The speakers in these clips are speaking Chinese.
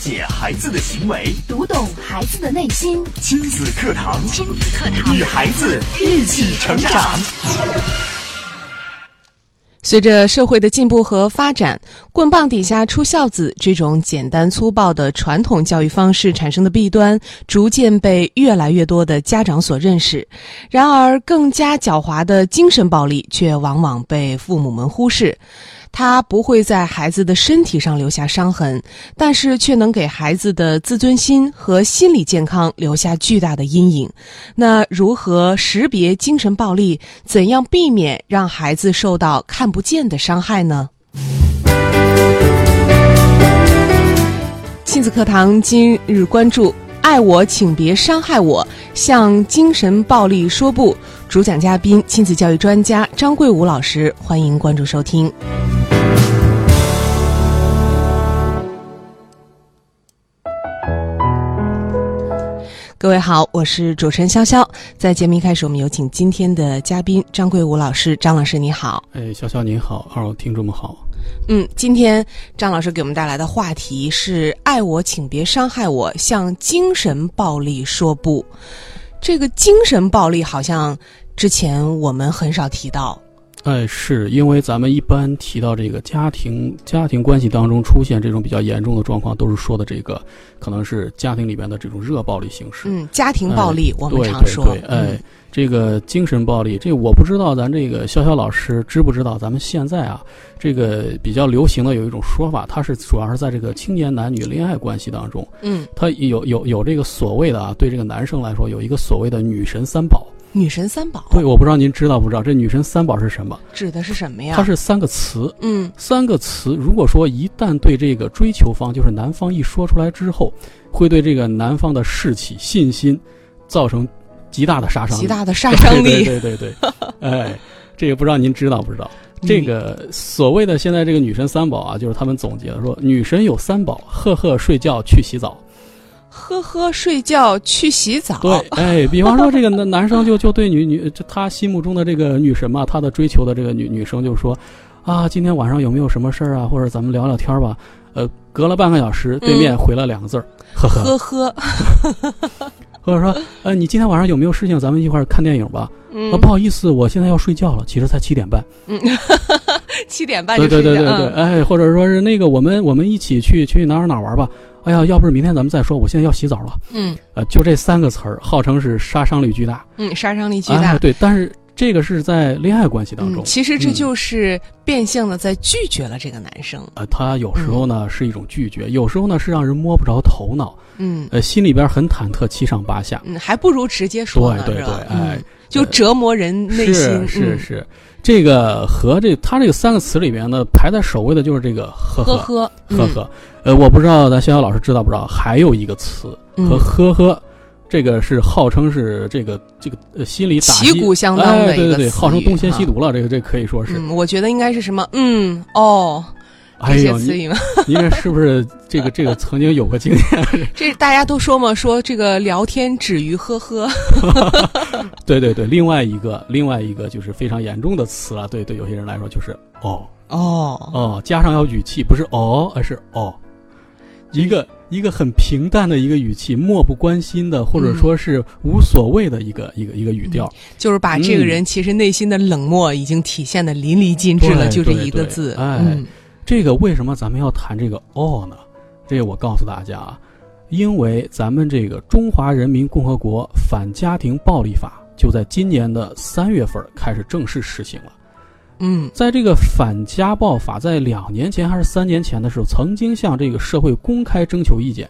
解孩子的行为，读懂孩子的内心。亲子课堂，亲子课堂与孩子一起成长。随着社会的进步和发展，棍棒底下出孝子这种简单粗暴的传统教育方式产生的弊端，逐渐被越来越多的家长所认识。然而，更加狡猾的精神暴力却往往被父母们忽视。它不会在孩子的身体上留下伤痕，但是却能给孩子的自尊心和心理健康留下巨大的阴影。那如何识别精神暴力？怎样避免让孩子受到看不见的伤害呢？亲子课堂今日关注：爱我请别伤害我，向精神暴力说不。主讲嘉宾：亲子教育专家张桂武老师，欢迎关注收听。各位好，我是主持人潇潇。在节目一开始，我们有请今天的嘉宾张桂武老师。张老师，你好。哎，潇潇您好，二位听众们好。嗯，今天张老师给我们带来的话题是“爱我，请别伤害我”，向精神暴力说不。这个精神暴力好像之前我们很少提到。哎，是因为咱们一般提到这个家庭家庭关系当中出现这种比较严重的状况，都是说的这个可能是家庭里边的这种热暴力形式。嗯，家庭暴力、哎、我们常说。对对对，哎，嗯、这个精神暴力，这我不知道咱这个潇潇老师知不知道？咱们现在啊，这个比较流行的有一种说法，它是主要是在这个青年男女恋爱关系当中，嗯，它有有有这个所谓的啊，对这个男生来说有一个所谓的女神三宝。女神三宝，对，我不知道您知道不知道这女神三宝是什么？指的是什么呀？它是三个词，嗯，三个词。如果说一旦对这个追求方，就是男方一说出来之后，会对这个男方的士气、信心造成极大的杀伤力，极大的 杀伤力。对,对对对对， 哎，这个不知道您知道不知道？嗯这个所谓的现在这个女神三宝啊，就是他们总结的说，女神有三宝：呵呵，睡觉，去洗澡。呵呵，嗯睡觉去洗澡。 对，哎，比方说这 个男男生就就对女女，就他心目中的这个女神嘛，他的追求的这个女女生就说，啊，今天晚上有没有什么事儿啊？或者咱们聊聊天吧。呃，隔了半个小时，对面回了两个字儿，呵呵嗯 呵呵，啊或者说，呃，你今天晚上有没有事情？咱们一块儿看电影吧。嗯啊，不好意思，我现在要睡觉了，其实才七点半。嗯，七点半对就对睡啊觉。嗯对对对，哎，或者说是那个我们我们一起去去哪儿哪儿玩吧。哎呀，要不是明天咱们再说，我现在要洗澡了。嗯呃，就这三个词儿，号称是杀伤力巨大。嗯，杀伤力巨啊，大。对，但是这个是在恋爱关系当中，嗯，其实这嗯就是变相的在拒绝了这个男生。呃，他有时候呢、是一种拒绝，有时候呢是让人摸不着头脑，嗯呃，心里边很忐忑，七上八下。嗯，还不如直接说对呢，对是对吧，？哎嗯，，就折磨人内心。是是嗯是，这个和这他这个三个词里面呢，排在首位的就是这个呵呵呵呵嗯呵呵。呃，我不知道咱逍遥老师知道不知道，还有一个词嗯和呵呵。这个是号称是这个这个呃心理打击旗鼓相当的哎、对一个对对，词号称语东邪哈西毒了，这个这个可以说是。嗯，我觉得应该是什么？嗯，哦，哎这些呦，你词语嘛，你们是不是这个这个曾经有过经验？这大家都说嘛，说这个聊天止于呵呵。对对对，另外一个另外一个就是非常严重的词了。对对，有些人来说就是哦哦，哦，加上要语气，不是哦，而是哦，一个一个很平淡的一个语气，漠不关心的，或者说是无所谓的一个一个一个语调。就是把这个嗯人其实内心的冷漠已经体现的淋漓尽致了，对就这对一个对字。哎嗯这个为什么咱们要谈这个哦呢？这个我告诉大家啊，因为咱们这个《中华人民共和国反家庭暴力法》就在今年的三月份开始正式实行了。嗯在这个反家暴法在两年前还是三年前的时候，曾经向这个社会公开征求意见，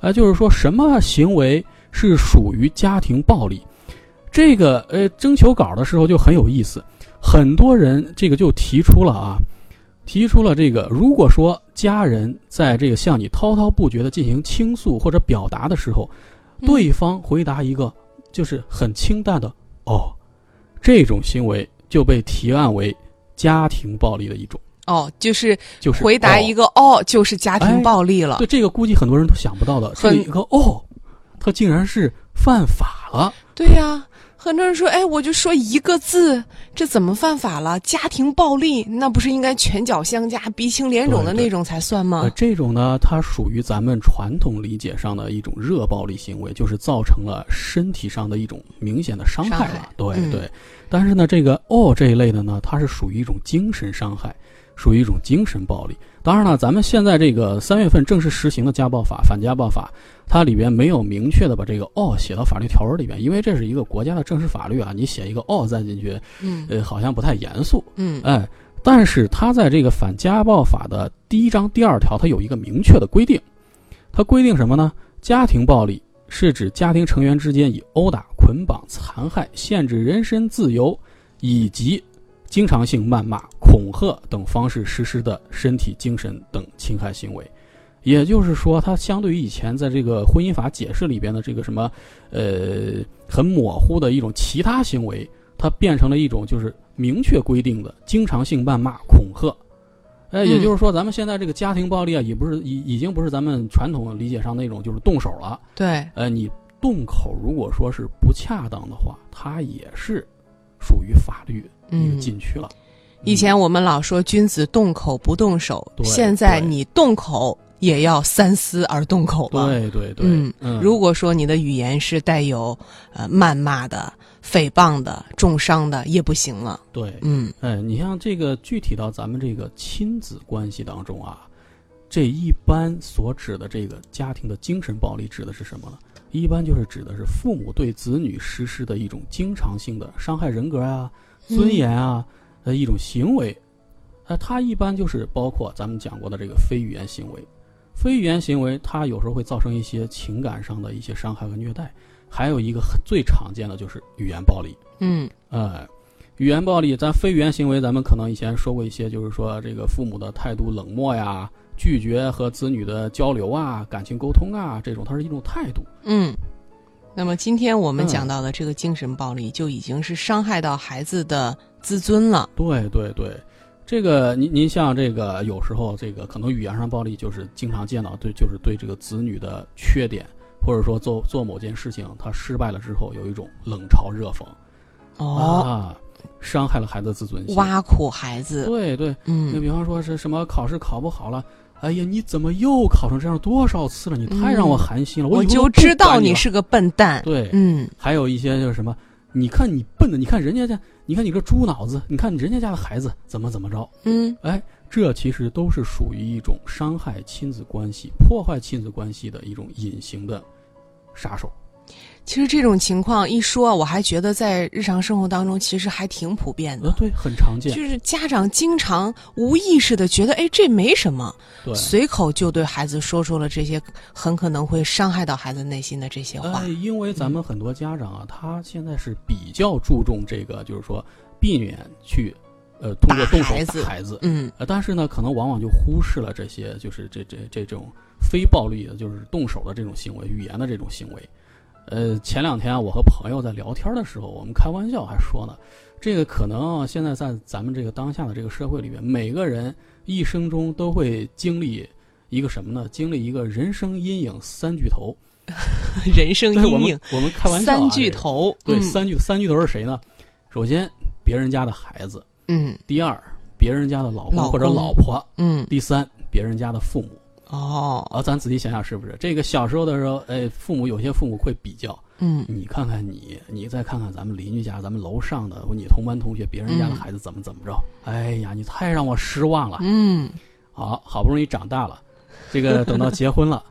啊、就是说什么行为是属于家庭暴力。这个呃，征求稿的时候就很有意思，很多人这个就提出了啊，提出了这个，如果说家人在这个向你滔滔不绝的进行倾诉或者表达的时候，嗯对方回答一个就是很清淡的“哦”，这种行为就被提案为家庭暴力的一种，哦，就是就是回答一个、个哦，就是家庭哎暴力了。对这个估计很多人都想不到的，这很一个“哦”，它竟然是犯法了。对呀、很多人说，哎，我就说一个字，这怎么犯法了？家庭暴力，那不是应该拳脚相加、鼻青脸肿的那种才算吗呃，？这种呢，它属于咱们传统理解上的一种热暴力行为，就是造成了身体上的一种明显的伤害伤了害。对、嗯对，但是呢，这个哦这一类的呢，它是属于一种精神伤害，属于一种精神暴力。当然了，咱们现在这个三月份正式实行的家暴法、反家暴法，它里边没有明确的把这个哦写到法律条文里边，因为这是一个国家的正式法律啊，你写一个哦再进去，嗯呃，好像不太严肃。嗯哎，但是他在这个反家暴法的第一章第二条，它有一个明确的规定，它规定什么呢？家庭暴力是指家庭成员之间以殴打、捆绑、残害、限制人身自由，以及经常性谩骂、恐吓等方式实施的身体、精神等侵害行为。也就是说，它相对于以前在这个婚姻法解释里边的这个什么，呃，很模糊的一种其他行为，它变成了一种就是明确规定的经常性谩骂、恐吓。哎，也嗯就是说，咱们现在这个家庭暴力啊，也不是已已经不是咱们传统理解上那种就是动手了。对，呃，你动口如果说是不恰当的话，它也是属于法律一个嗯。禁区了。嗯以前我们老说君子动口不动手，对现在对你动口也要三思而动口了。对对对，嗯嗯如果说你的语言是带有呃谩骂的、诽谤的、重伤的，也不行了。对，嗯哎，你像这个具体到咱们这个亲子关系当中啊，这一般所指的这个家庭的精神暴力指的是什么呢？一般就是指的是父母对子女实施的一种经常性的伤害人格啊、嗯尊严啊的一种行为。呃，它一般就是包括咱们讲过的这个非语言行为。非语言行为它有时候会造成一些情感上的一些伤害和虐待，还有一个很最常见的就是语言暴力。嗯哎，语言暴力，咱非语言行为，咱们可能以前说过一些，就是说这个父母的态度冷漠呀，拒绝和子女的交流啊，感情沟通啊，这种它是一种态度。嗯。那么今天我们嗯讲到的这个精神暴力，就已经是伤害到孩子的自尊了。对对对，这个您您像这个有时候这个可能语言上暴力就是经常见到，对，就是对这个子女的缺点，或者说做做某件事情他失败了之后，有一种冷嘲热讽、哦，啊，伤害了孩子自尊心。挖苦孩子。对对，就嗯比方说是什么考试考不好了，哎呀，你怎么又考成这样？多少次了？你太让我嗯寒心了！我我以后就都不知道管你你了是个笨蛋。对。嗯还有一些就是什么，你看你笨的，你看人家家，你看你这猪脑子，你看人家家的孩子怎么怎么着，嗯这其实都是属于一种伤害亲子关系、破坏亲子关系的一种隐形的杀手。其实这种情况一说，我还觉得在日常生活当中其实还挺普遍呃的，，对，很常见。就是家长经常无意识的觉得，哎，这没什么，对，随口就对孩子说出了这些很可能会伤害到孩子内心的这些话呃，。因为嗯咱们很多家长啊，他现在是比较注重这个，就是说避免去，呃，通过打动手孩子打孩子。 嗯呃，但是呢，可能往往就忽视了这些，就是这这这这种非暴力的，就是动手的这种行为，语言的这种行为。呃，前两天啊，我和朋友在聊天的时候，我们开玩笑还说呢，这个可能啊现在在咱们这个当下的这个社会里面，每个人一生中都会经历一个什么呢？经历一个人生阴影三巨头。人生对， 我阴们影，我们开玩笑、啊、三巨这个。头。对，嗯三巨三巨头是谁呢？首先，别人家的孩子；嗯第二，别人家的老公老或者公老婆；嗯第三，别人家的父母。哦啊，咱仔细想想，是不是这个小时候的时候，哎，父母有些父母会比较，嗯你看看你，你再看看咱们邻居家、咱们楼上的你同班同学，别人家的嗯孩子怎么怎么着？哎呀，你太让我失望了。嗯好，好不容易长大了，这个等到结婚了，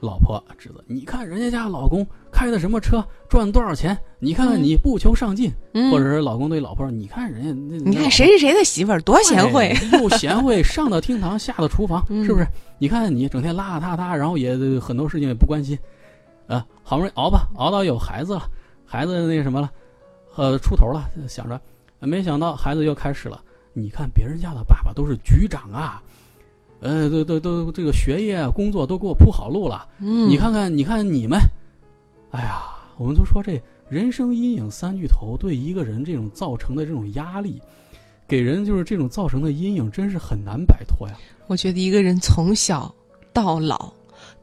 老婆侄子，你看人家家老公开的什么车，赚多少钱？你看看你不求上进，嗯，或者是老公对老婆，你看人家那你看谁谁谁的媳妇儿多贤惠。，哎又贤惠，上到厅堂，下到厨房，嗯是不是？你看你整天邋邋遢遢，然后也呃很多事情也不关心，啊，好不容易熬吧，熬到有孩子了，孩子那什么了，呃，出头了，想着，没想到孩子又开始了。你看别人家的爸爸都是局长啊，呃，都都都这个学业啊工作都给我铺好路了， 嗯，哎你看看，你看你们，哎呀，我们都说这人生阴影三巨头对一个人这种造成的这种压力，给人就是这种造嗯成的阴影，真是很难摆脱呀。我觉得一个人从小到老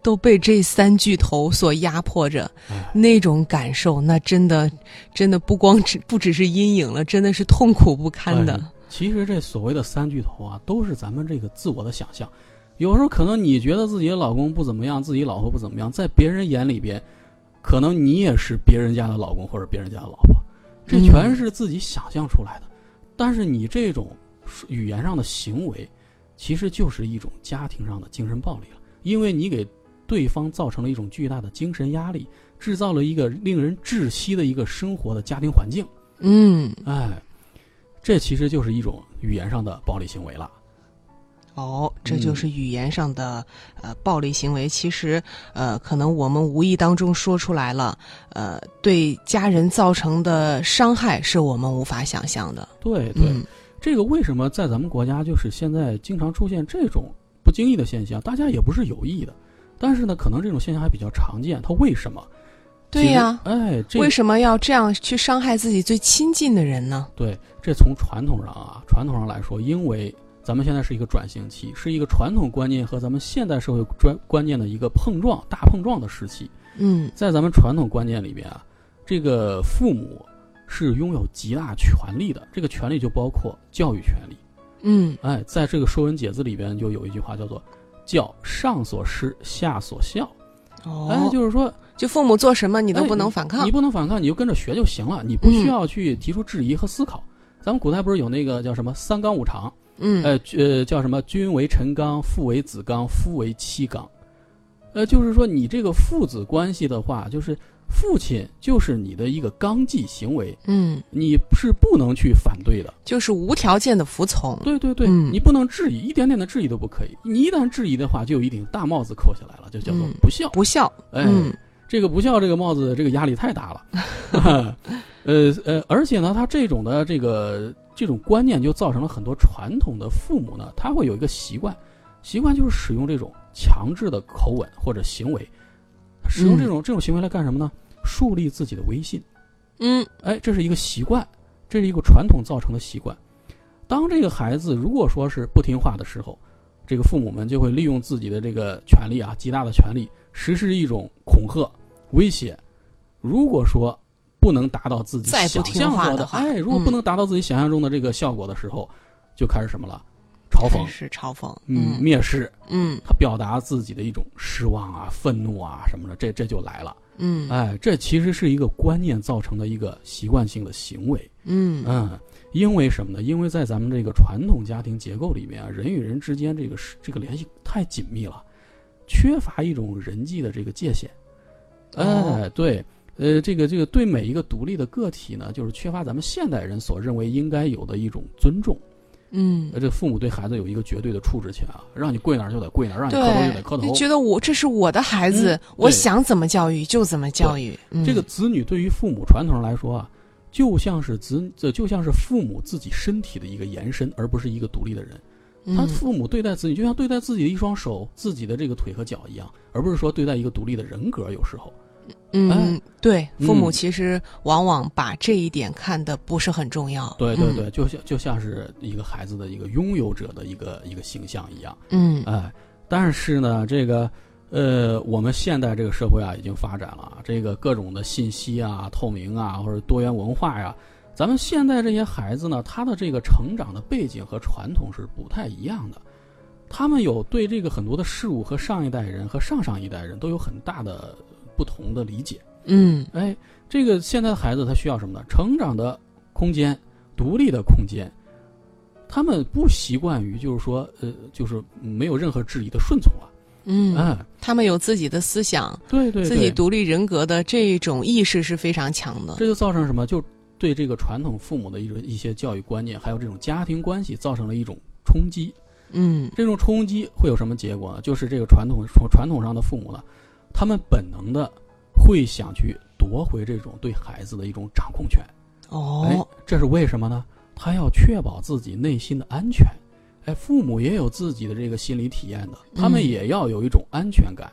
都被这三巨头所压迫着，哎那种感受，那真的真的不光只不只是阴影了，真的是痛苦不堪的。哎其实这所谓的三巨头啊，都是咱们这个自我的想象。有时候可能你觉得自己的老公不怎么样，自己老婆不怎么样，在别人眼里边，可能你也是别人家的老公或者别人家的老婆，这嗯全是自己想象出来的。但是你这种语言上的行为，其实就是一种家庭上的精神暴力了，因为你给对方造成了一种巨大的精神压力，制造了一个令人窒息的一个生活的家庭环境。嗯，哎，这其实就是一种语言上的暴力行为了。哦，这就是语言上的、呃暴力行为。其实呃，可能我们无意当中说出来了，呃，对家人造成的伤害是我们无法想象的。对对，嗯这个为什么在咱们国家就是现在经常出现这种不经意的现象？大家也不是有意的，但是呢，可能这种现象还比较常见。它为什么？对呀、其实哎，这为什么要这样去伤害自己最亲近的人呢？对，这从传统上啊，传统上来说，因为咱们现在是一个转型期，是一个传统观念和咱们现代社会专观念的一个碰撞、大碰撞的时期。嗯在咱们传统观念里边啊，这个父母是拥有极大权利的，这个权利就包括教育权利。嗯，哎，在这个《说文解字》里边就有一句话叫做“教上所施，下所效”。哎，哦，哎就是说就父母做什么你你都不能反抗。你不能反抗，你就跟着学就行了，你不需要去提出质疑和思考。咱们古代不是有那个叫什么“三纲五常”？嗯，呃呃，叫什么“君为臣纲，父为子纲，夫为妻纲”。呃，就是说你这个父子关系的话，就是父亲就是你的一个纲纪行为，嗯，你是不能去反对的。就是无条件的服从。对对对，嗯你不能质疑，一点点的质疑都不可以。你一旦质疑的话，就有一顶大帽子扣下来了，就叫做嗯不孝。不孝，哎，嗯这个不孝这个帽子，这个压力太大了。呃呃，而且呢，他这种的这个这种观念，就造成了很多传统的父母呢，他会有一个习惯，习惯就是使用这种强制的口吻或者行为，使用这种、这种行为来干什么呢？树立自己的威信。嗯哎，这是一个习惯，这是一个传统造成的习惯。当这个孩子如果说是不听话的时候，这个父母们就会利用自己的这个权利啊，极大的权利，实施一种恐吓、威胁。如果说不能达到自己再不想听象话中的话哎，如果不嗯能达到自己想象中的这个效果的时候，就开始什么了？嘲讽开，始嘲讽，嗯，嗯蔑视，嗯他表达自己的一种失望啊、愤怒啊什么的，这这就来了。嗯哎，这其实是一个观念造成的一个习惯性的行为。嗯嗯，因为什么呢？因为在咱们这个传统家庭结构里面啊，人与人之间这个是这个联系太紧密了，缺乏一种人际的这个界限。哎、哦对，呃，这个这个对每一个独立的个体呢，就是缺乏咱们现代人所认为应该有的一种尊重。嗯呃，，这父母对孩子有一个绝对的处置权啊，让你跪哪儿就得跪哪儿，哎让你磕头就得对磕，就头。觉得我这是我的孩子嗯，我对想怎么教育就怎么教育。嗯这个子女对于父母传统上来说啊，就像是子，这就像是父母自己身体的一个延伸，而不是一个独立的人。他嗯父母对待子女就像对待自己的一双手、自己的这个腿和脚一样，而不是说对待一个独立的人格。有时候，嗯哎，对，父母嗯其实往往把这一点看得不是很重要。对对嗯对，就像就像是一个孩子的一个拥有者的一个一个形象一样。嗯哎，但是呢，这个呃，我们现代这个社会啊，已经发展了啊，这个各种的信息啊、透明啊，或者多元文化呀、咱们现在这些孩子呢，他的这个成长的背景和传统是不太一样的，他们有对这个很多的事物和上一代人和上上一代人都有很大的不同的理解。嗯哎，这个现在的孩子他需要什么呢？成长的空间、独立的空间，他们不习惯于就是说，呃，就是没有任何质疑的顺从了。嗯，哎，他们有自己的思想，对对对，自己独立人格的这种意识是非常强的。这就造成什么？就对这个传统父母的一种一些教育观念，还有这种家庭关系造成了一种冲击。嗯这种冲击会有什么结果呢？就是这个传统传传统上的父母呢，他们本能的会想去夺回这种对孩子的一种掌控权。哎哦，，这是为什么呢？他要确保自己内心的安全。哎，父母也有自己的这个心理体验的，他们嗯也要有一种安全感，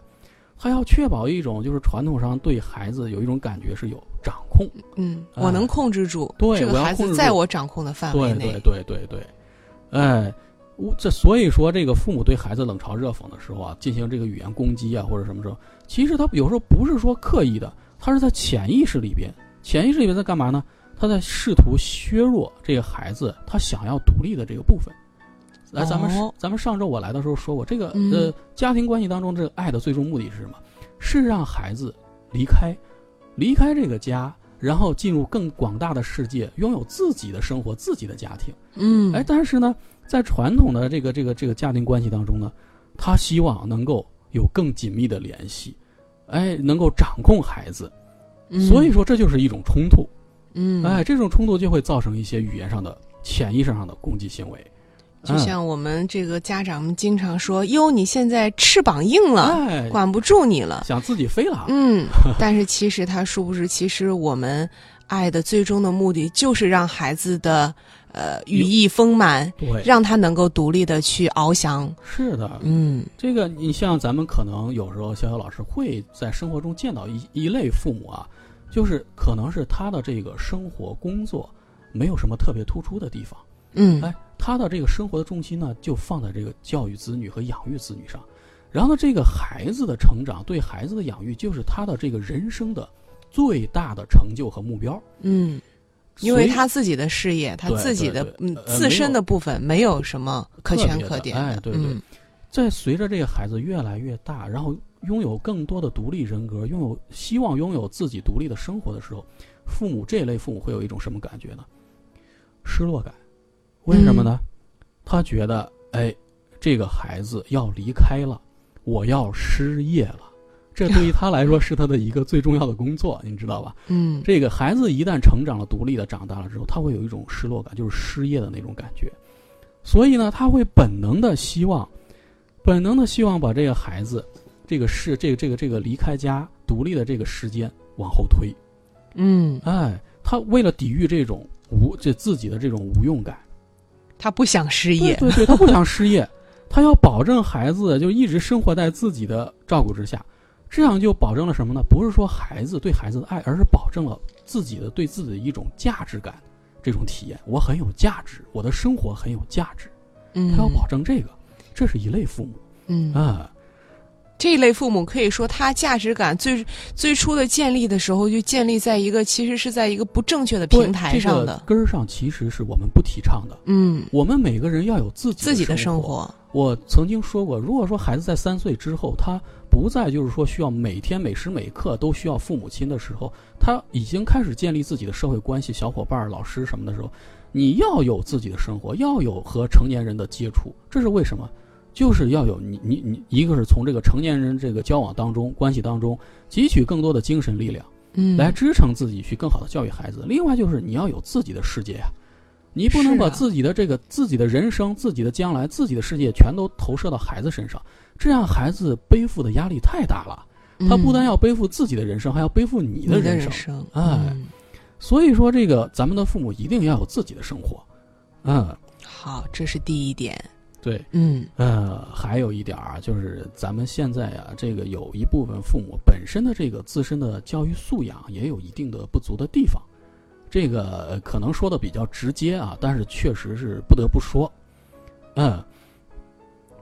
他要确保一种就是传统上对孩子有一种感觉是有掌控。嗯，哎我能控制住对这我个要孩控子制在住我掌控的范围对内对。对对对，哎，我这所以说，这个父母对孩子冷嘲热讽的时候啊，进行这个语言攻击啊，或者什么时候，其实他有时候不是说刻意的，他是在潜意识里边，潜意识里边在干嘛呢？他在试图削弱这个孩子他想要独立的这个部分。来，咱们、哦咱们上周我来的时候说过，这个、嗯呃，家庭关系当中这个爱的最终目的是什么？是让孩子离开，离开这个家，然后进入更广大的世界，拥有自己的生活、自己的家庭。嗯，哎，但是呢，在传统的这个这个这个家庭关系当中呢，他希望能够有更紧密的联系，哎，能够掌控孩子，嗯所以，说这就是一种冲突，嗯，哎，，这种冲突就会造成一些语言上的、潜意识上的攻击行为，就嗯像我们这个家长们经常说：“哟，你现在翅膀硬了，哎，管不住你了。想自己飞了”，啊嗯， 但是其实他殊不知，其实我们爱的最终的目的就是让孩子的呃羽翼丰满，对，让他能够独立的去翱翔。是的，嗯这个你像咱们可能有时候小小老师会在生活中见到一一类父母啊，就是可能是他的这个生活工作没有什么特别突出的地方。嗯，哎，他的这个生活的重心呢，就放在这个教育子女和养育子女上。然后呢，这个孩子的成长，对孩子的养育，就是他的这个人生的最大的成就和目标。嗯，因为所以他自己的事业，他对自己对的对嗯呃自身的部分没有什么可圈可点哎对对嗯在随着这个孩子越来越大，然后拥有更多的独立人格，拥有希望拥有自己独立的生活的时候，父母这类父母会有一种什么感觉呢？失落感。为什么呢？他觉得，哎，这个孩子要离开了，我要失业了。这对于他来说是他的一个最重要的工作，你知道吧？嗯这个孩子一旦成长了、独立的长大了之后，他会有一种失落感，就是失业的那种感觉。所以呢，他会本能的希望，本能的希望把这个孩子，这个是这个这个这个离开家、独立的这个时间往后推。嗯，哎，他为了抵御这种无这自己的这种无用感，他不想失对业。对对，他不想失业，他要保证孩子就一直生活在自己的照顾之下，这样就保证了什么呢？不是说孩子对孩子的爱，而是保证了自己的对自己的一种价值感，这种体验，我很有价值，我的生活很有价值，嗯，他要保证这个，这是一类父母嗯啊，这一类父母可以说，他价值感最最初的建立的时候，就建立在一个其实是在一个不正确的对平台上这的个，根儿上其实是我们不提倡的。嗯，我们每个人要有自己自己的生生活，我曾经说过，如果说孩子在三岁之后，他不再就是说需要每天每时每刻都需要父母亲的时候，他已经开始建立自己的社会关系、小伙伴儿、老师什么的时候，你要有自己的生活，要有和成年人的接触，这是为什么？就是要有你你你，一个是从这个成年人这个交往当中、关系当中汲取更多的精神力量，嗯，来支撑自己去更好的教育孩子。另外就是你要有自己的世界呀、你不能是啊把自己的这个、自己的人生、自己的将来、自己的世界全都投射到孩子身上，这样孩子背负的压力太大了。他不单要要背负自己的人生，还要背负你嗯你的的人生。生，哎嗯，所以说，这个咱们的父母一定要有自己的生活。嗯，好，这是第一点，对。嗯呃，还有一点儿啊，就是咱们现在啊，这个有一部分父母本身的这个自身的教育素养也有一定的不足的地方，这个呃可能说的比较直接啊，但是确实是不得不说，嗯。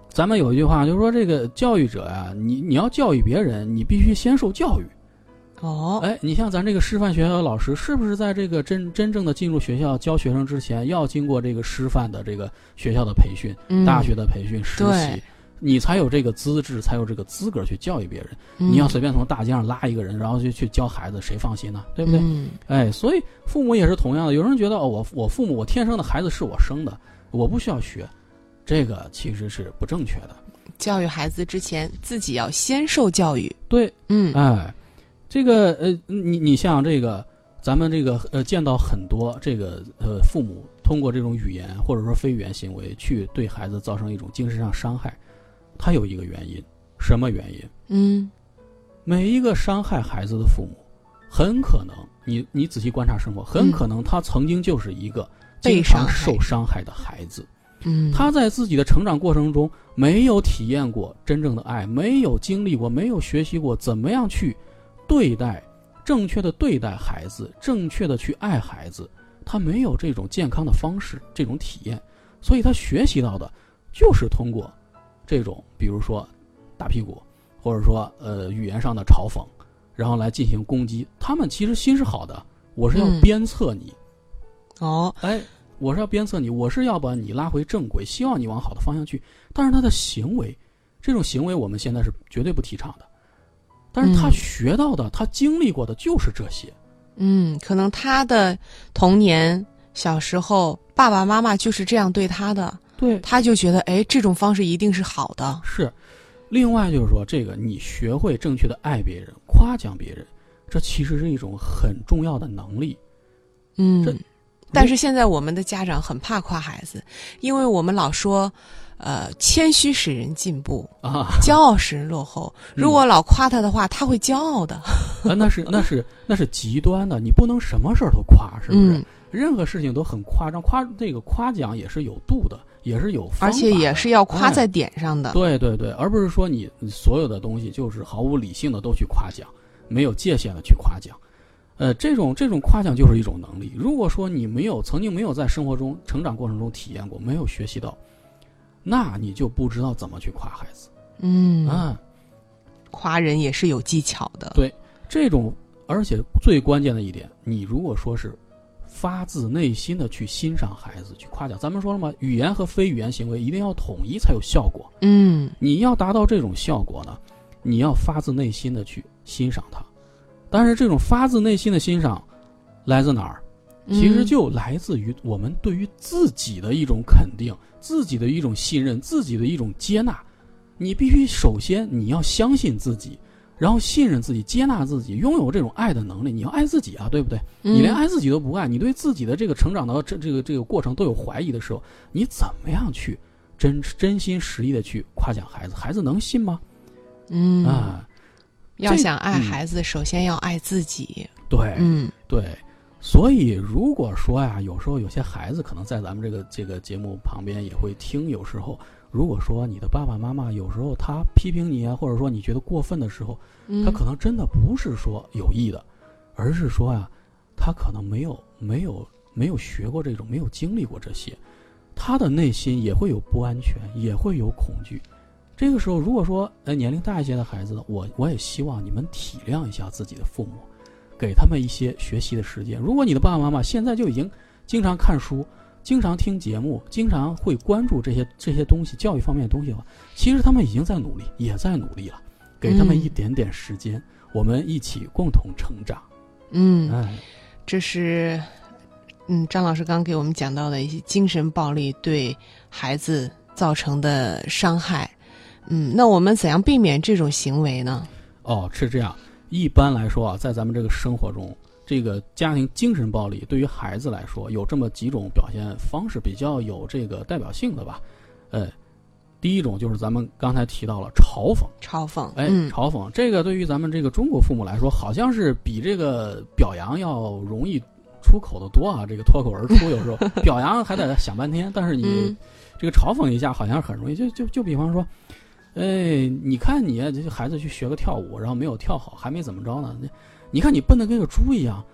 咱们有一句话，就是说这个教育者啊，你你要教育别人，你必须先受教育。哦，哎，你像咱这个师范学校的老师，是不是在这个真真正的进入学校教学生之前，要经过这个师范的这个学校的培训？嗯哎大学的培训、实对习，你才有这个资质，才有这个资格去教育别人。嗯你要随便从大街上拉一个人，然后就去教孩子，谁放心呢？对不对？嗯哎，所以父母也是同样的。有人觉得哦，我我父母我天生的孩子是我生的，我不需要学，这个其实是不正确的。教育孩子之前，自己要先受教育，对，嗯哎，这个呃，你你像这个，咱们这个呃，见到很多这个呃，父母通过这种语言或者说非语言行为去对孩子造成一种精神上伤害，它有一个原因，什么原因？嗯每一个伤害孩子的父母，很可能你你仔细观察生活，很可能他曾经就是一个经被伤常害受伤害的孩子。嗯，他在自己的成长过程中没有体验过真正的爱，没有经历过，没有学习过怎么样去对待正确的对待孩子，正确的去爱孩子，他没有这种健康的方式，这种体验，所以他学习到的就是通过这种，比如说打屁股，或者说呃语言上的嘲讽，然后来进行攻击。他们其实心是好的，我是要嗯鞭策你，哦，哎，我是要鞭策你，我是要把你拉回正轨，希望你往好的方向去。但是他的行为，这种行为我们现在是绝对不提倡的。但是他嗯学到的，他经历过的就是这些。嗯，可能他的童年、小时候，爸爸妈妈就是这样对他的，对，他就觉得，哎，这种方式一定是好的。是。另外就是说，这个你学会正确的爱别人、夸奖别人，这其实是一种很重要的能力。这嗯，但是现在我们的家长很怕夸孩子，因为我们老说，呃，谦虚使人进 步，啊，骄傲使人落后。嗯如果老夸他的话，他会骄傲的。啊那是那是那是极端的，你不能什么事儿都夸，是不是？嗯，任何事情都很夸张，夸这个夸奖也是有度的，也是有方而且法也的是要夸哎在点上的。对对对，而不是说你你所有的东西就是毫无理性的都去夸奖，没有界限的去夸奖。呃，这种这种夸奖就是一种能力。如果说你没有曾经没有在生活中成长过程中体验过，没有学习到，那你就不知道怎么去夸孩子嗯，啊。夸人也是有技巧的。对这种，而且最关键的一点，你如果说是发自内心的去欣赏孩子，去夸奖，咱们说了嘛，语言和非语言行为一定要统一才有效果。嗯你要达到这种效果呢，你要发自内心的去欣赏它。但是这种发自内心的欣赏，来自哪儿？其实嗯就来自于我们对于自己的一种肯定、自己的一种信任、自己的一种接纳。你必须首先你要相信自己，然后信任自己、接纳自己，拥有这种爱的能力。你要爱自己啊，对不对？你连嗯爱自己都不爱，你对自己的这个成长的这这个这个过程都有怀疑的时候，你怎么样去真真心实意的去夸奖孩子？孩子能信吗？嗯啊，要这想爱嗯哎孩子，首先要爱自己。对、嗯对，所以如果说呀，有时候有些孩子可能在咱们这个这个节目旁边也会听，有时候如果说你的爸爸妈妈有时候他批评你啊，或者说你觉得过分的时候，嗯，他可能真的不是说有意的，而是说呀、他可能没有没有没有学过这种，没有经历过这些，他的内心也会有不安全，也会有恐惧。这个时候，如果说呃年龄大一些的孩子，我我也希望你们体谅一下自己的父母，给他们一些学习的时间。如果你的爸爸妈妈现在就已经经常看书。经常听节目，经常会关注这些这些东西，教育方面的东西的话，其实他们已经在努力，也在努力了。给他们嗯一点点时间，我们一起共同成长。嗯，哎，这是嗯张老师刚给我们讲到的一些精神暴力对孩子造成的伤害。嗯，那我们怎样避免这种行为呢？哦，是这样。一般来说啊，在咱们这个生活中，这个家庭精神暴力对于孩子来说，有这么几种表现方式，比较有这个代表性的吧。呃，第一种就是咱们刚才提到了嘲讽，嘲讽。哎，嗯嘲讽这个对于咱们这个中国父母来说，好像是比这个表扬要容易出口的多啊。这个脱口而出，有时候表扬还得想半天，但是你嗯这个嘲讽一下，好像很容易。就就就比方说，哎，你看你这孩子去学个跳舞，然后没有跳好，还没怎么着呢，你你看你笨的跟个猪一样，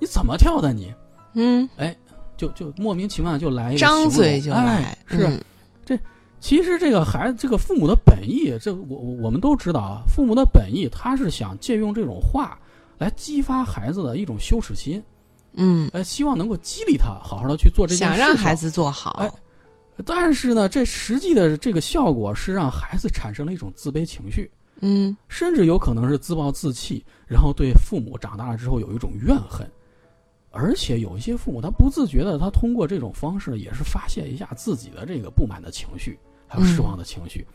你怎么跳的你？嗯，就就莫名其妙地就来一个形张容嘴就来哎，是。嗯其实这个孩子，这个父母的本意，这我我我们都知道啊，父母的本意他是想借用这种话来激发孩子的一种羞耻心，嗯，呃，希望能够激励他好好的去做这件想事。让孩，子做好。哎但是呢，这实际的这个效果是让孩子产生了一种自卑情绪，嗯甚至有可能是自暴自弃，然后对父母长大了之后有一种怨恨。而且有一些父母，他不自觉的，他通过这种方式也是发泄一下自己的这个不满的情绪，还有失望的情绪。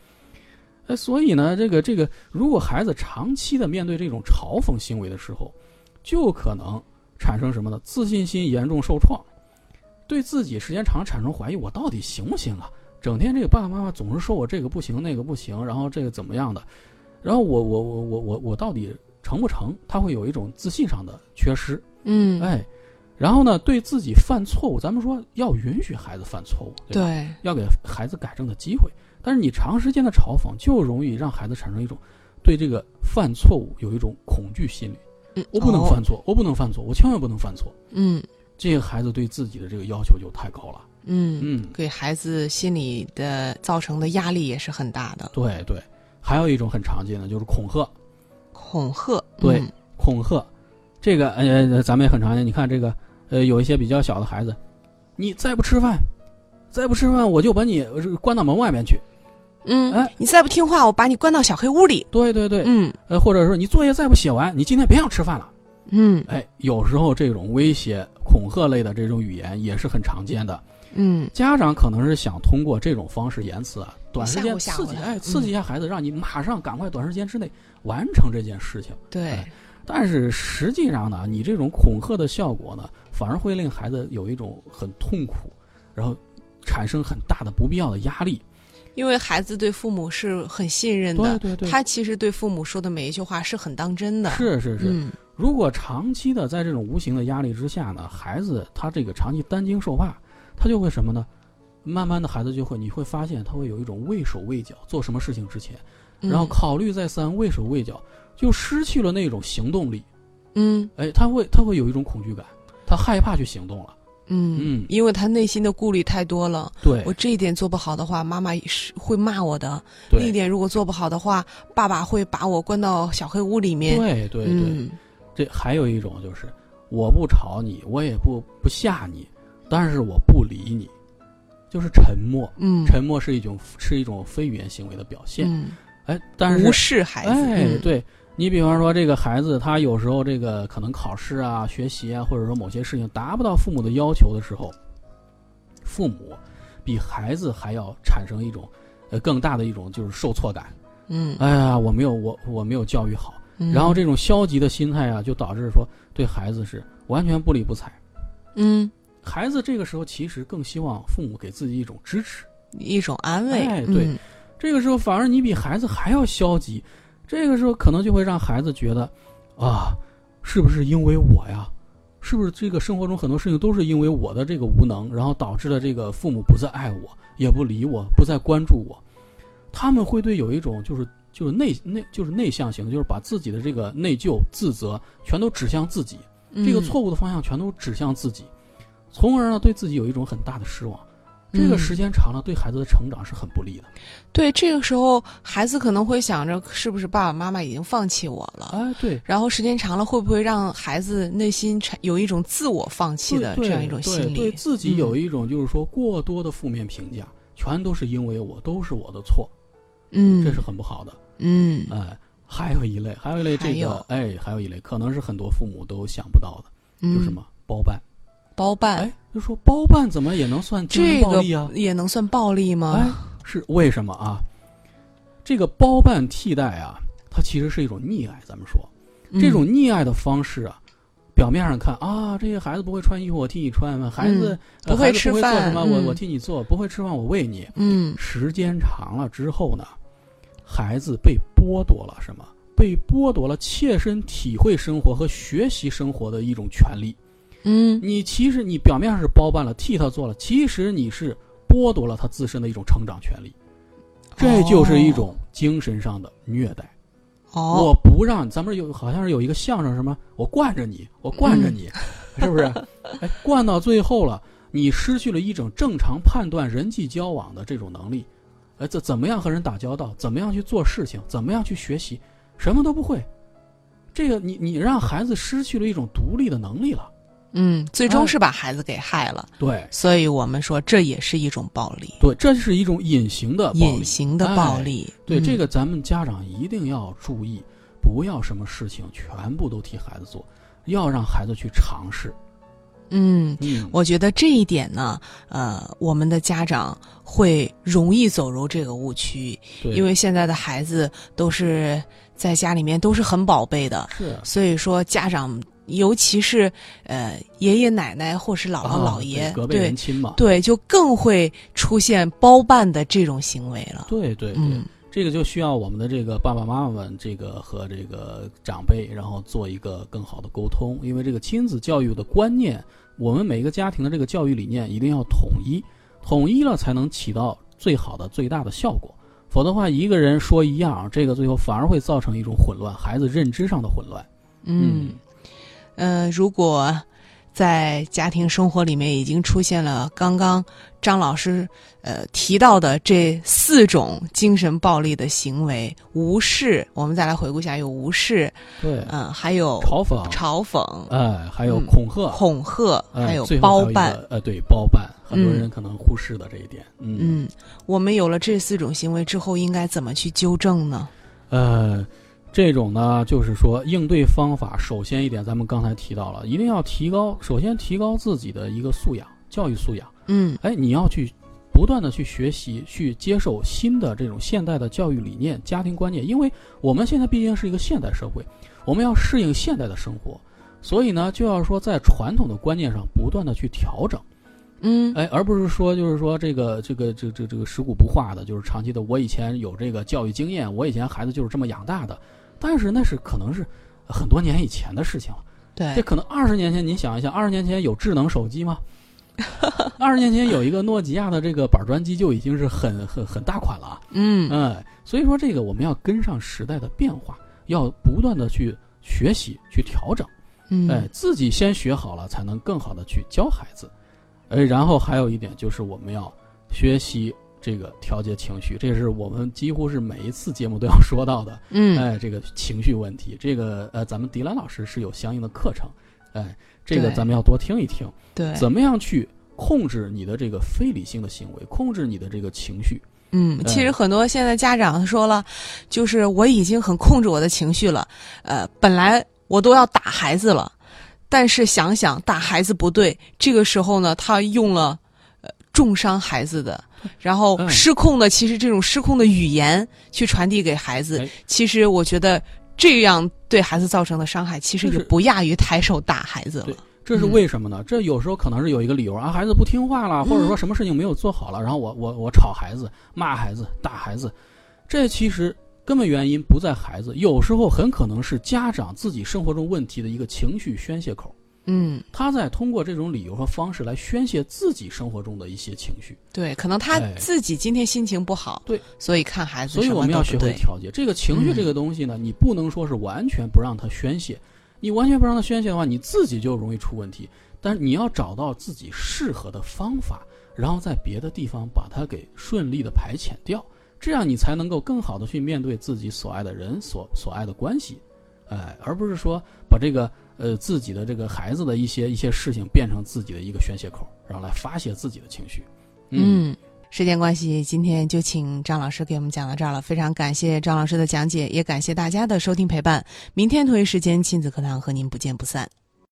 呃，所以呢，这个这个，如果孩子长期的面对这种嘲讽行为的时候，就可能产生什么呢？自信心严重受创，对自己时间长了产生怀疑，我到底行不行啊？整天这个爸爸妈妈总是说我这个不行那个不行，然后这个怎么样的，然后我我我我我我到底成不成？他会有一种自信上的缺失。嗯，哎，然后呢，对自己犯错误，咱们说要允许孩子犯错误，对吧对，要给孩子改正的机会。但是你长时间的嘲讽，就容易让孩子产生一种对这个犯错误有一种恐惧心理。嗯我不能哦犯错，我不能犯错，我千万不能犯错。嗯这个孩子对自己的这个要求就太高了。嗯，嗯，给孩子心理的造成的压力也是很大的。对对，还有一种很常见的就是恐吓，恐吓，对嗯恐吓，这个呃咱们也很常见。你看这个呃有一些比较小的孩子，你再不吃饭，再不吃饭我就把你呃关到门外面去。嗯，哎你再不听话，我把你关到小黑屋里。对对对，嗯呃或者说你作业再不写完，你今天别想吃饭了。嗯哎，有时候这种威胁、恐吓类的这种语言也是很常见的。嗯家长可能是想通过这种方式言辞啊，短时间吓唬刺激，吓唬他哎，刺激一下孩子，让你马上赶快短时间之内完成这件事情。对，哎但是实际上呢，你这种恐吓的效果呢，反而会令孩子有一种很痛苦，然后产生很大的不必要的压力。因为孩子对父母是很信任的，对对对，他其实对父母说的每一句话是很当真的。是是是。嗯如果长期的在这种无形的压力之下呢，孩子他这个长期担惊受怕，他就会什么呢？慢慢的，孩子就会，你会发现他会有一种畏手畏脚，做什么事情之前，嗯然后考虑再三，畏手畏脚，就失去了那种行动力。嗯哎，他会他会有一种恐惧感，他害怕去行动了。嗯嗯，哎因为他内心的顾虑太多了。对我这一点做不好的话，妈妈是会骂我的；另一对点如果做不好的话，爸爸会把我关到小黑屋里面。对对对，嗯这还有一种就是，我不吵你，我也不不吓你，但是我不理你，就是沉默。嗯，沉默是一种是一种非语言行为的表现。嗯哎，但是无视孩子。哎，嗯，对你比方说这个孩子，他有时候这个可能考试啊、学习啊，或者说某些事情达不到父母的要求的时候，父母比孩子还要产生一种呃更大的一种就是受挫感。嗯，哎呀，我没有我我没有教育好，嗯然后这种消极的心态啊，就导致说对孩子是完全不理不睬。嗯孩子这个时候其实更希望父母给自己一种支持。一种安慰。哎对嗯这个时候反而你比孩子还要消极，这个时候可能就会让孩子觉得，啊，是不是因为我呀？是不是这个生活中很多事情都是因为我的这个无能，然后导致了这个父母不再爱我，也不理我，不再关注我？他们会对有一种就是就是内内就是内向型，就是把自己的这个内疚、自责全都指向自己，这个嗯错误的方向全都指向自己，从而呢对自己有一种很大的失望。这个嗯啊时间长了，对孩子的成长是很不利的。对，这个时候孩子可能会想着，是不是爸爸妈妈已经放弃我了？哎，对，然后时间长了，会不会让孩子内心产有一种自我放弃的对这样一种对心理？嗯对自己有一一种就是说过多的负面评价，全都是因为我，都是我的错，嗯，这是很不好的。嗯哎，还有一类，还有一类还这有个，哎，还有一类可能是很多父母都想不到的，嗯，就是什么包办。包办？哎，就说包办怎么也能算精这神暴个力啊？也能算暴力哎吗？，是为什么啊？这个包办替代啊，它其实是一种溺爱。咱们说，嗯这种溺爱的方式啊，表面上看啊，这些孩子不会穿衣服，我替你穿；孩子、呃嗯不会孩子吃不会做饭什么，我嗯我替你做；不会吃饭，我喂你。嗯时间长了之后呢，孩子被剥夺了什么？被剥夺了切身体会生活和学习生活的一种权利。嗯嗯你其实你表面上是包办了，替他做了，其实你是剥夺了他自身的一种成长权利。这就是一种精神上的虐待。哦，我不让，咱们有好像是有一个相声什么，我惯着你，我惯嗯着你，是不是？哎，惯到最后了，你失去了一种正常判断人际交往的这种能力，哎，这怎么样和人打交道，怎么样去做事情，怎么样去学习，什么都不会。这个你你让孩子失去了一种独立的能力了，嗯，最哎终是把孩子给害了，对所以我们说这也是一种暴力，对，这是一种隐形的呃暴隐力。形的暴哎力。对、嗯这个，咱们家长一定要注意，不要什么事情全部都替孩子做，要让孩子去尝试。嗯，嗯，我觉得这一点呢，呃，我们的家长会容易走入这个误区，对因为现在的孩子都是在家里面都是很宝贝的，是所以说家长，尤其是呃爷爷奶奶或是姥啊姥姥对爷，隔辈对人亲嘛。对，就更会出现包办的这种行为了。对对对嗯这个就需要我们的这个爸爸妈妈们，这个和这个长辈，然后做一个更好的沟通，因为这个亲子教育的观念，我们每个家庭的这个教育理念一定要统一，统一了才能起到最好的、最大的效果。否则的话，一个人说一样，这个最后反而会造嗯嗯成一种混乱，孩子认知上的混乱。嗯，呃，如果在家庭生活里面已经出现了刚刚张老师呃提到的这四种精神暴力的行为：无视。我们再来回顾一下，有无视，对，嗯、还有嘲讽，嘲讽、哎，还有嗯恐吓，恐吓，哎还有最后包还一办。个，呃，对，包办，很嗯多人可能忽视的这一点，嗯，嗯，我们有了这四种行为之后，应该怎么去纠正呢？呃，这种呢，就是说应对方法，首先一点，咱们刚才提到了，一定要提高，首先提高自己的一个素养，教育素养。嗯哎，你要去不断的去学习，去接受新的这种现代的教育理念、家庭观念，因为我们现在毕竟是一个现代社会，我们要适应现代的生活，所以呢，就要说在传统的观念上不断的去调整，嗯哎，而不是说就是说这个这个这个这个这个食古不化的，就是长期的。我以前有这个教育经验，我以前孩子就是这么养大的，但是那是可能是很多年以前的事情了。这对，可能二十年前，你想一想，二十年前有智能手机吗？二十年前有一个诺基亚的这个板砖机就已经是很很很大款了啊，嗯嗯，所以说这个我们要跟上时代的变化，要不断的去学习去调整，哎嗯，自己先学好了，才能更好的去教孩子，哎，然后还有一点就是我们要学习这个调节情绪，这是我们几乎是每一次节目都要说到的，嗯哎，这个情绪问题，这个呃，咱们迪兰老师是有相应的课程，哎，这个对咱们要多听一听，对，怎么样去控制你的这个非理性的行为，控制你的这个情绪，嗯，其哎实很多现在家长说了，就是我已经很控制我的情绪了，呃，本来我都要打孩子了，但是想想打孩子不对，这个时候呢，他用了呃重伤孩子的，然后哎失控的，其实这种失控的语言去传递给孩子哎，其实我觉得这样对孩子造成的伤害，其实就也是不亚于抬手打孩子了对。这是嗯为什么呢？这有时候可能是有一个理由啊，孩子不听话了，或者说什么事情没有做好了，然后我我我吵孩子、骂孩子、打孩子，这其实根本原因不在孩子，有时候很可能是家长自己生活中问题的一个情绪宣泄口，嗯，他在通过这种理由和方式来宣泄自己生活中的一些情绪。对，可能他哎自己今天心情不好，对，所以看孩子所以什我么们都要不学会对调节这个情绪嗯这个东西呢，你不能说是完全不让它宣泄，你完全不让它宣泄的话，你自己就容易出问题。但是你要找到自己适合的方法，然后在别的地方把它给顺利的排遣掉，这样你才能够更好的去面对自己所爱的人、所所爱的关系，哎，而不是说把这个呃自己的这个孩子的一些一些事情变成自己的一个宣泄口，然后来发泄自己的情绪。嗯，时间关系，今天就请张老师给我们讲到这儿了。非常感谢张老师的讲解，也感谢大家的收听陪伴。明天同一时间，亲子课堂和您不见不散。